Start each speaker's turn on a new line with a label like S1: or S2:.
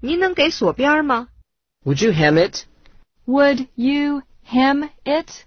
S1: 您能给锁边吗
S2: Would you hem it?
S3: Would you hem it?